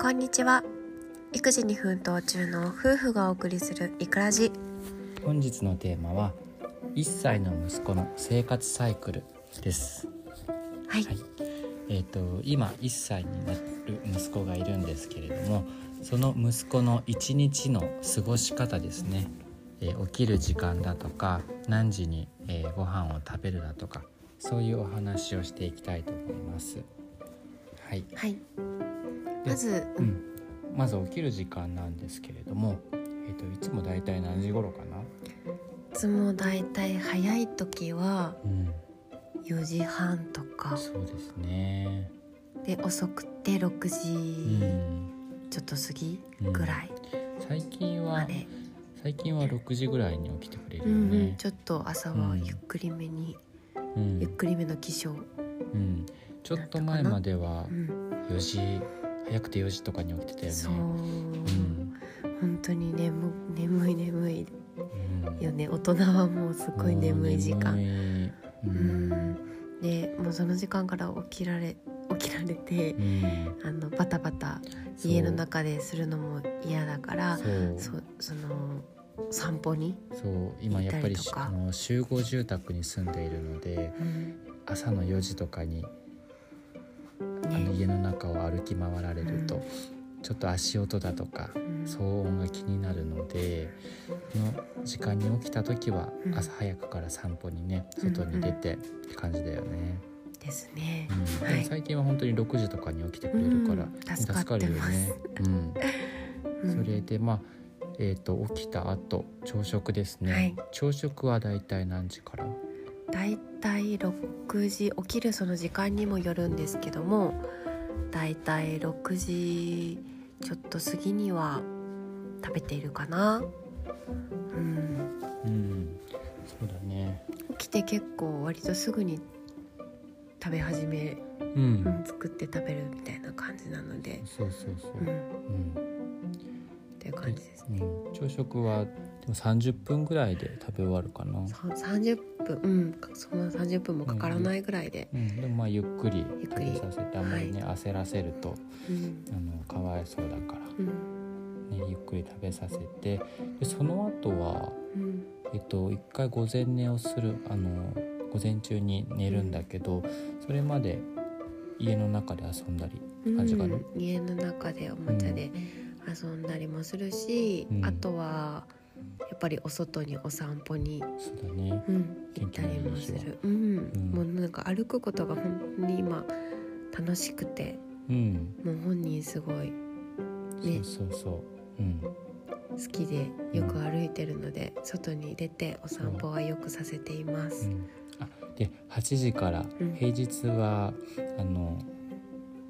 こんにちは育児に奮闘中の夫婦がお送りするイクラジ本日のテーマは1歳の息子の生活サイクルです、はい、はいえー、と今1歳になる息子がいるんですけれどもその息子の1日の過ごし方ですね、えー起きる時間だとか何時に、えーご飯を食べるだとかそういうお話をしていきたいと思います。はい、はい、まず、ううんん、まず起きる時間なんですけれども、えー、といつもだいたい何時頃かな、いつもだいたい早い時はうん4時半とかそうですね。で遅くて6う時ん。ちょっと過ぎうんぐらい最近まはで、最近は6時ぐらいに起きてくれうるよんね。ちょっと朝はゆっくりめに、うゆっん。くりめの起床、うん。ちょっと前まではうん4時早くて4時とかに起きてたよね。そう、うん。本当に眠眠い眠いうん。よね大人はもうすごい眠い時間もう眠い。うん。でもうその時間から起きられ起きられてうん。あのバタバタそう家の。中でするのも嫌だからそう。そそうその散歩に、今やっぱり行ったりとかあの集合住宅に住んでいるのでうん朝の4時とかにあのね家の中を歩き回られると、うんちょっと足音だとかん騒音が気になるのでこの時間に起きた時はうん朝早くから散歩にねうん外に出てって感じだよね、ですねう。んはいでも最近は本当に6時とかに起きてくれるから、うん助かってますうんうんそれでまあえー、と起きた後朝食ですね、はい朝食はだいたい何時からだいたい6時起きるその時間にもよるんですけどもだいたい6時ちょっと過ぎには食べているかな。うん、うんそうだね起きて結構割とすぐに食べ始めうん、作って食べるみたいな感じなので、そうそうそう、うん、っうんていう感じです。うん、朝食はでも30分ぐらいで食べ終わるかな、さ30分、うん、そんな30分もかからないぐらいで、うん、でもまあゆっくりゆっ食くりべさせてあんまりね、焦らせるとうんあのかわいそうだかうんら、ね、ゆっくり食べさせてでその後はうんえっと一回午前寝をするあの午前中に寝るんだけどそれまで家の中で遊んだり感じかな、うん家の中でおもちゃで遊んだりもするし、うんあとはやっぱりお外にお散歩に、そうだねうん、行元っ気たのりいいも日すはる、うんうんもうなんか歩くことが本当に今楽しくてうんもう本人すごいそねうそうそううん好きでよく歩いてるので、外に出てお散歩はよくさせていまうす。んあで8時からうん平日は、あの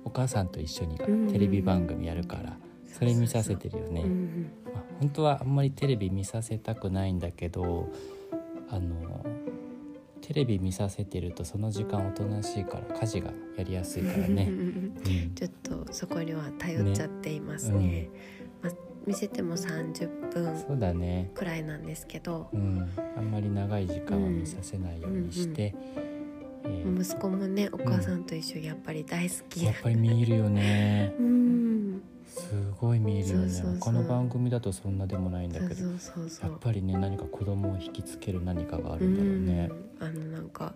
お母さんと一緒にがうんうんうんテレビ番組やるから、それ見させてるよね、うんうんまあ本当はあんまりテレビ見させたくないんだけどあのテレビ見させてるとその時間おとなしいから家事がやりやすいからね、うん ちょっとそこには頼っちゃっていますねねまあ、見せても30分そうだねくらいなんですけどう、んあんまり長い時間は見させないようにして、えー息子もねお母さんと一緒やっぱり大好きやっぱり見えるよねうんすごい見えるよねそうそうそう他の番組だとそんなでもないんだそうけどそうそうそやうっぱりね何か子供を引きつける何かがあうるんだろうんね。あのなんか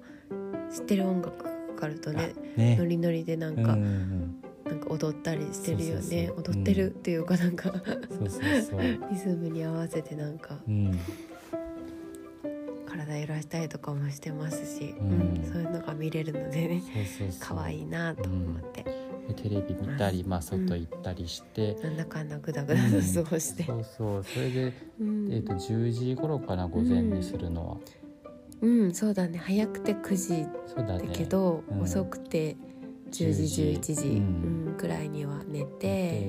知ってる音楽かかるとねあねノリノリでなんうんうか、んなんか踊ったりしてるよねそうそうそう踊ってるっていうかなんか、 うん、そうそうそう、リズムに合わせてなんかうん、体揺らしたりとかもしてますし、うんうんそういうのが見れるのでねそうそうそう可愛いなと思って、でテレビ見たり、まあ、うん外行ったりして、なんだかんだグダグダと過ごして、そうそうそれで、うんえー、と10時頃かな午前にするのは、うんそうだね早くて9時そうだだねけど、うん遅くて10時11時、うんうんくらいには寝で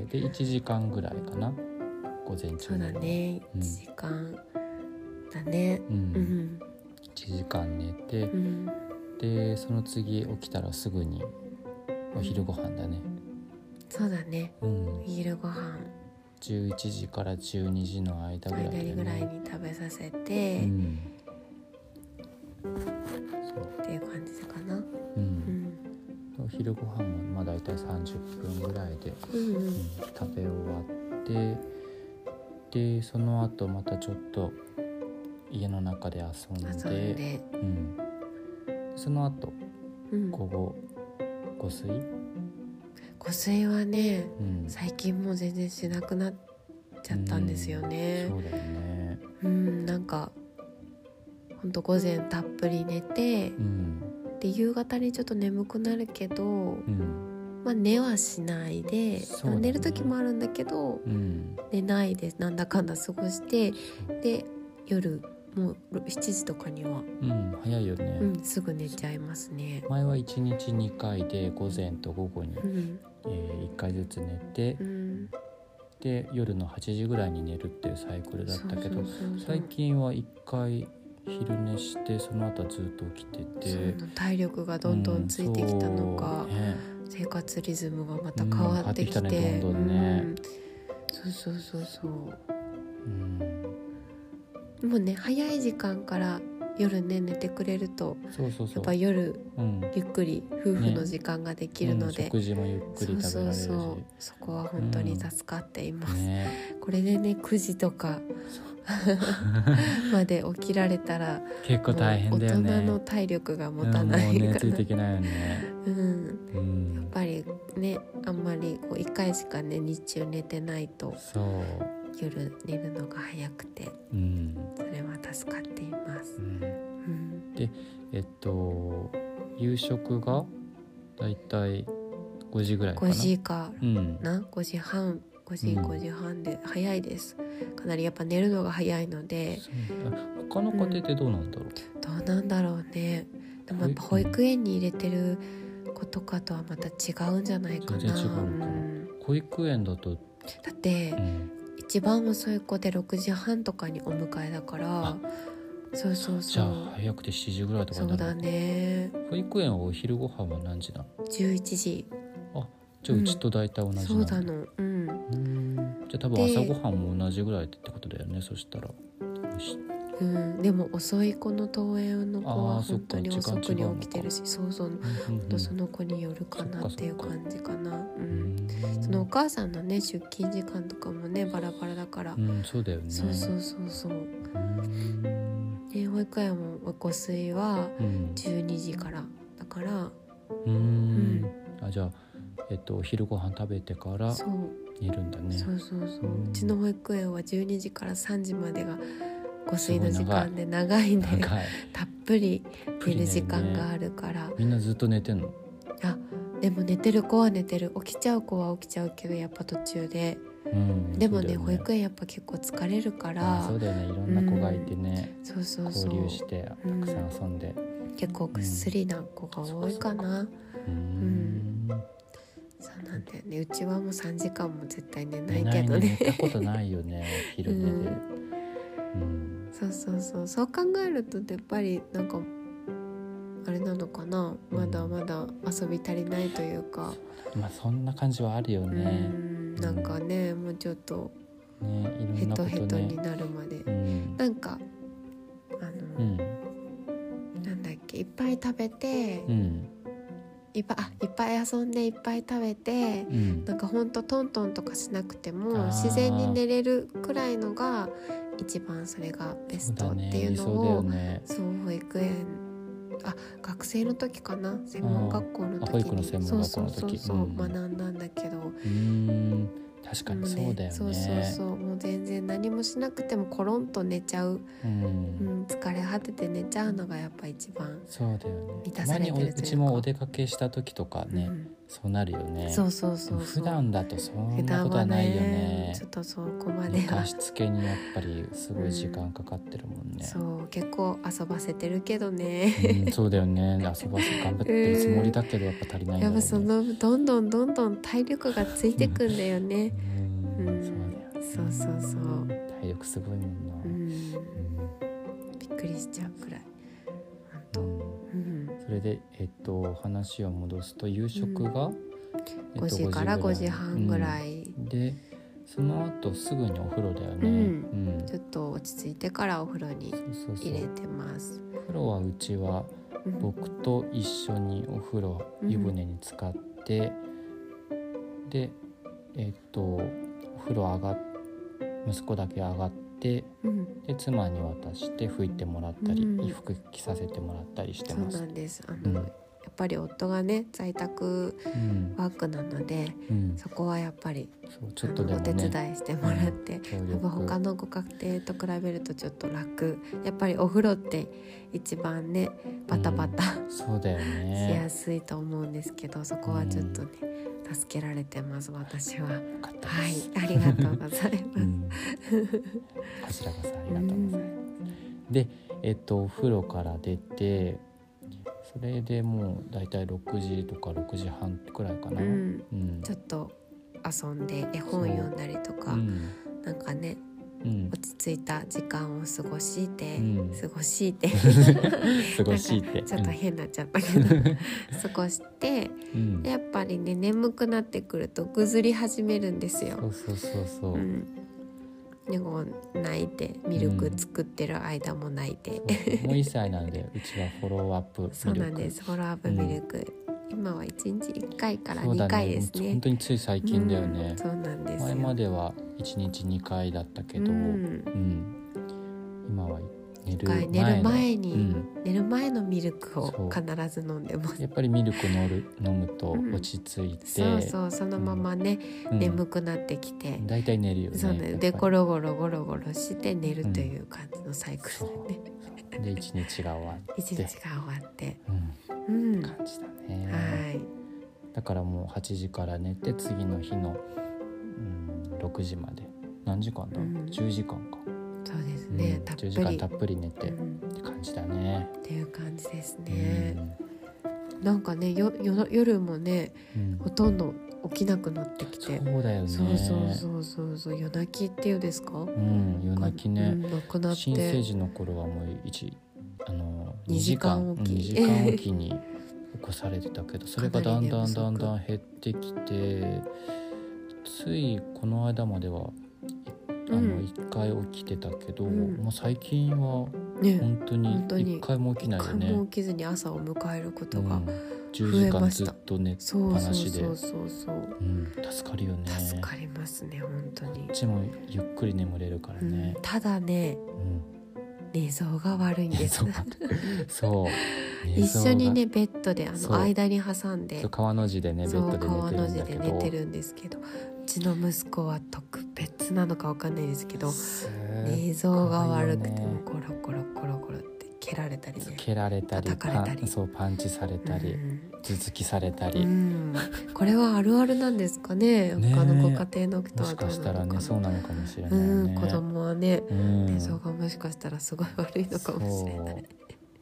て、で1時間ぐらいかな午前中そうだね1うん時間だねう、うんん1時間寝て、うん、でその次起きたらすぐにお昼ご飯だね、そうだねうんお、昼ご飯11時から12時の間ぐらい間だねにぐらいに食べさせて、うんそうっていう感じかな、ううんんお昼昼ご飯もまあ大体30分ぐらいで、うんううんん、食べ終わってでその後またちょっと家の中で遊んで遊んで、うん、その後うん、午後午睡、湖水はねうん、最近もう全然しなくなっちゃったんですよねそうだよねうん、なんかほんと午前たっぷり寝てうんで夕方にちょっと眠くなるけどうんまあ寝はしないで、そうまだあね寝る時もあるんだけどうん寝ないでなんだかんだ過ごしてで夜もう7時とかには、うん早いよね、うん、すぐ寝ちゃいますね。前は1日2回で午前と午後に、うんえ1回ずつ寝てうん、で夜の8時ぐらいに寝るっていうサイクルだったそけどうそうそうそう最近は1回昼寝してその後はずっと起きててその体力がどんどんついてきたのか、うんそうね生活リズムがまた変わってきて,、ううんん変わってきたねどんどんねそうそうそうそううんもうね早い時間から夜ね寝てくれるとそうそうやそっうぱ夜うんゆっくり夫婦の時間ができるのうんで、食事もゆっくそりう食べそられうるしそうそこは本当に助かっています、ねこれでね9時とか まで起きられたら結構大変だよもう大ね人の体力が持たなうんいもうねかついら、ていけないよねうん、うやっんぱりねあんまりこう1回しかね日中寝てないとそう夜寝るのが早くてうん、それは助かっていますう、ん、うん、えっと夕食がだいたい5時ぐらいかな5時かうんな5時半5時うん5時半で、早いですかなりやっぱ寝るのが早いのでそうあ他の家庭ってどうなんだろう、どうなんだろうねでもやっぱ保育園に入れてる子とかとはまた違うんじゃないかな全然違うのかなうん保育園だと、だってうん、一番遅い子で6時半とかにお迎えだからあそうそうじそゃあう早くて7時ぐらいとかそになうるだね保育園はお昼ご飯は何時なの11時じゃあうちと大体同じなの、そうだのうんうんじゃあ多分で朝ごはんも同じぐらいってことだよねそしたらよしうん、でも遅い子の登園の子あーは本当にそっか遅く時間違うのにか起きてるしそうそううんうんとその子によるかなそっかそっかっていう感じかなううんんそのお母さんのね出勤時間とかもねバラバラだから、うんそうだよねそうそうそうそう、うんね、保育園もご水はうん12時からだからううんあじゃあえっとお昼ご飯食べてからそう,、寝るんだねそうそうそううんうちの保育園は12時から3時までがご水の時間すで長いんで長いたっぷりぷ寝るり寝るね時間があるから。みんなずっと寝てんのあでも寝てる子は寝てる起きちゃう子は起きちゃうけどやっぱ途中でうんでもそうねだよ保育園やっぱ結構疲れるかあらそうだよねいろんな子がいてねそうそうそ交う流してたうんくさん遊んで結構ぐっすりな子が多いかな、うんそうなんだよねうちはもう3時間も絶対寝な寝いなけいどねね寝たことないよねお昼寝でううんそうそうそうそう考えるとやっぱりなんかあれなのかなまだまだ遊び足りないというか、まあそんな感じはあるようねんなんかねもうちょっとねいヘろんなトこヘとトにねなるまでうんなんかあの、うんなんだっけいっぱい食べて、うんいっぱいあいっぱい遊んでいっぱい食べてうんなんかほんとトントンとかしなくてもあー自然に寝れるくらいのが一番それがベそスうトだっねていう理の想だよをねそう,、保育園あ学生の時かな専門学校のあ保時育のに専そ門う学校そのう時そうそう、うん学んだんだけどうん確かもにうそうだよねそうそうそうもう全然何もしなくてもコロンと寝ちゃう、ううんん、疲れ果てて寝ちゃうのがやっぱ一番そうだよね満たたまされにてるといおううかちもお出かけした時とかねうんそうなるよねそうそうそうそう普段だとそんなことははないよねちょっとそこまでは貸、し付けにやっぱりすごい時間かかってるもんね、そう結構遊ばせてるけどね、 うん、そうだよね遊ばせ頑張ってるつもりだけどやっぱ足りないんやだよっぱねそのどんどんどんどん体力がついてくんだようねんうんそうだよねそうそうそうん体力すごいもんなう、んうんびっくりしちゃうくらい本当うんうんそれでえっと話を戻すと夕食が、えっと5時から5時半ぐらい、い、うんでその後すぐにお風呂だよね、うんうんちょっと落ち着いてからお風呂にそうそうそう入れてますお風呂はうちはうん僕と一緒にお風呂うん湯船に浸かって、でえっとお風呂上がっ息子だけ上がってうん、で妻に渡して拭いてもらったり、うん衣服着させてもらったりしてそうまなす。んですあうの、やんっぱり夫がね在宅うんワークなのでうん、そこはやっぱりそうちょっとでもあのお手ね伝いしてもらって、協やっぱ力他のご家庭と比べるとちょっと楽やっぱりお風呂って一番ねバタバタ、そうだよしやね。すいと思うんですけど、そこはちょっとね、助けられてます私は。よかったはでいす、ありがとうございます。 うん、こちらこそありがとうございます。で、えっと、お風呂から出てそれでもうだいたい6時とか6時半くらいかな。ううんん、ちょっと遊んで絵本読んだりとか、うんなんかねうん落ち着いた時間を過ごして、うん過ごして 過ごしいって。ちょっと変になっちゃったけど 過ごしてうんでやっぱりね眠くなってくるとぐずり始めるんですよ。そうそうそうそう。うんでこう泣いてミルク作ってる間も泣いて、もう1歳なんでうちはフォローアップミル クそうなんです。フォローアップミルク、今は一日一回からそうだ二回です本ね。当につい最近だよねうん、。そうなんですよ。前までは1日2回だったけど、ううんん、今は寝一る回前寝るの前に、うん寝る前のミルクをそ必ず飲んでます。やっぱりミルクのる飲むとうん落ち着いて、そうそうそのままね、うん眠くなってきて、大体寝るよね。そうねやっぱりでゴロゴロゴロゴロして寝るという感じのサイクルでね、そうで一日が終わっ一日て、が終わって、ううん、ん、は感じだね、い、だからもう8時から寝て次の日の、うん、6時まで何時間だ、うん10時間か、そうですうん、ね、たっぷ10時間りたっぷり寝て、うっん、て感じだね。っていう感じですね。なんかねよよ夜もねうんうんほとんど起きなくなってきて、そうだよねそうそうそうそうそう夜泣きっていうんですかうん、夜泣きうね、んなくなっ新生て児の頃はもう一あの二時間うんおき二時間おき に起こされてたけどそれがだんだんだんだん減ってきてついこの間まではあうのん一回起きてたけど、うんもう最近はね本当に本当に一回も起き一ないよ回ねも。起きずに朝を迎えることが、うん増え10時ま間したずっと寝っそうそう話でそうそうそううん、助かるよね。助かりますね本当にこっ、ちもゆっくり眠れるからうんね。、ただねうん寝相が悪いんですそう そう 一緒にね寝ベッドであそうの間に挟ん相がでそう川の字でねベそッうドで寝川てるのん字だでけ寝どてるんですけどうちの息子は特別なのかわかんないですけどす映像が悪くて怖いよねもうコロコロコロコロって蹴られたりねそう蹴られたり叩かれたりパンそうパンチされたり、うん頭突きされたうり、ん、これはあるあるなんですかねねえ他のご家庭の人もはしどうかしたなのらかねなそうなのかもしれないうよね。ん子供はねうん寝相がもしかしたらすごい悪いのかもしれない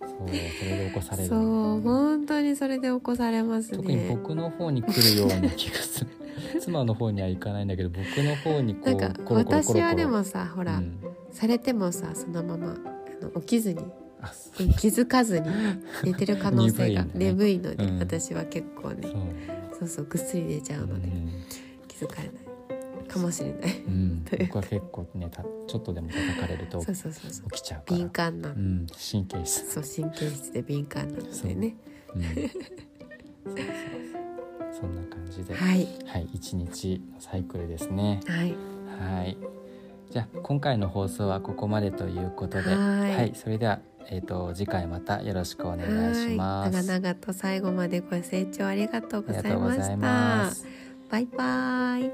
そうそうそれで起こされるそう本当にそれで起こされます特にね僕の方に来るような気がす る妻の方には行かないんだけど僕の方にこなんうかコロコロコロコ私ロはでもさほほら、されてもさそのままあの起きずにあそうん気づかずに寝てる可能性が鈍鈍いので、うん私は結構ねそう、そうそうぐっすり寝ちゃうので、気づかれないかもしれないうんう んという僕は結構ねたちょっとでも叩かれるとそう起そうそうそうきちゃうから敏感な、うん、神経質、そう神経質で敏感なのでねうん、そうそうそうそんな感じでははいい一日のサイクルですねはいはいじゃあ今回の放送はここまでということではいそれでは、えー、と次回またよろしくお願いしはまいす長々と最後までご清聴ありがとうあごりざがいとうごまざいしたますバイバイ